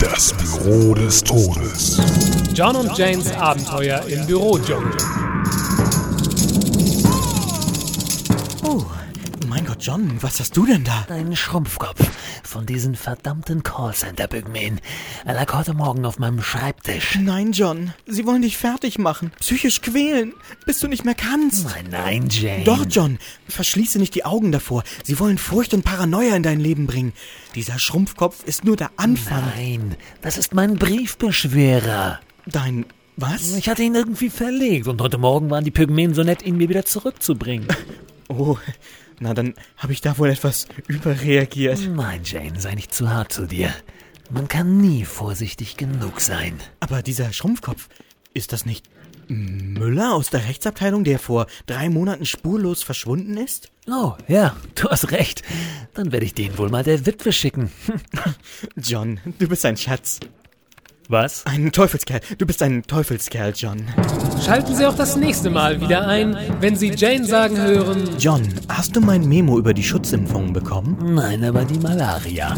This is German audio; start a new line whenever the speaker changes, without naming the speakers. Das Büro des Todes.
John und Janes Abenteuer im Büro, John.
Oh, mein Gott, John, was hast du denn da?
Ein Schrumpfkopf von diesen verdammten Callcenter-Pygmäen. Er lag heute Morgen auf meinem Schreibtisch.
Nein, John, sie wollen dich fertig machen, psychisch quälen, bis du nicht mehr kannst.
Nein, nein, Jane.
Doch, John, verschließe nicht die Augen davor. Sie wollen Furcht und Paranoia in dein Leben bringen. Dieser Schrumpfkopf ist nur der Anfang.
Nein, das ist mein Briefbeschwerer.
Dein was?
Ich hatte ihn irgendwie verlegt und heute Morgen waren die Pygmäen so nett, ihn mir wieder zurückzubringen.
Oh, na dann habe ich da wohl etwas überreagiert.
Nein, Jane, sei nicht zu hart zu dir. Man kann nie vorsichtig genug sein.
Aber dieser Schrumpfkopf, ist das nicht Müller aus der Rechtsabteilung, der vor drei Monaten spurlos verschwunden ist?
Oh, ja, du hast recht. Dann werde ich den wohl mal der Witwe schicken.
John, du bist ein Schatz.
Was?
Ein Teufelskerl. Du bist ein Teufelskerl, John.
Schalten Sie auch das nächste Mal wieder ein, wenn Sie Jane sagen hören.
John, hast du mein Memo über die Schutzimpfungen bekommen?
Nein, aber die Malaria.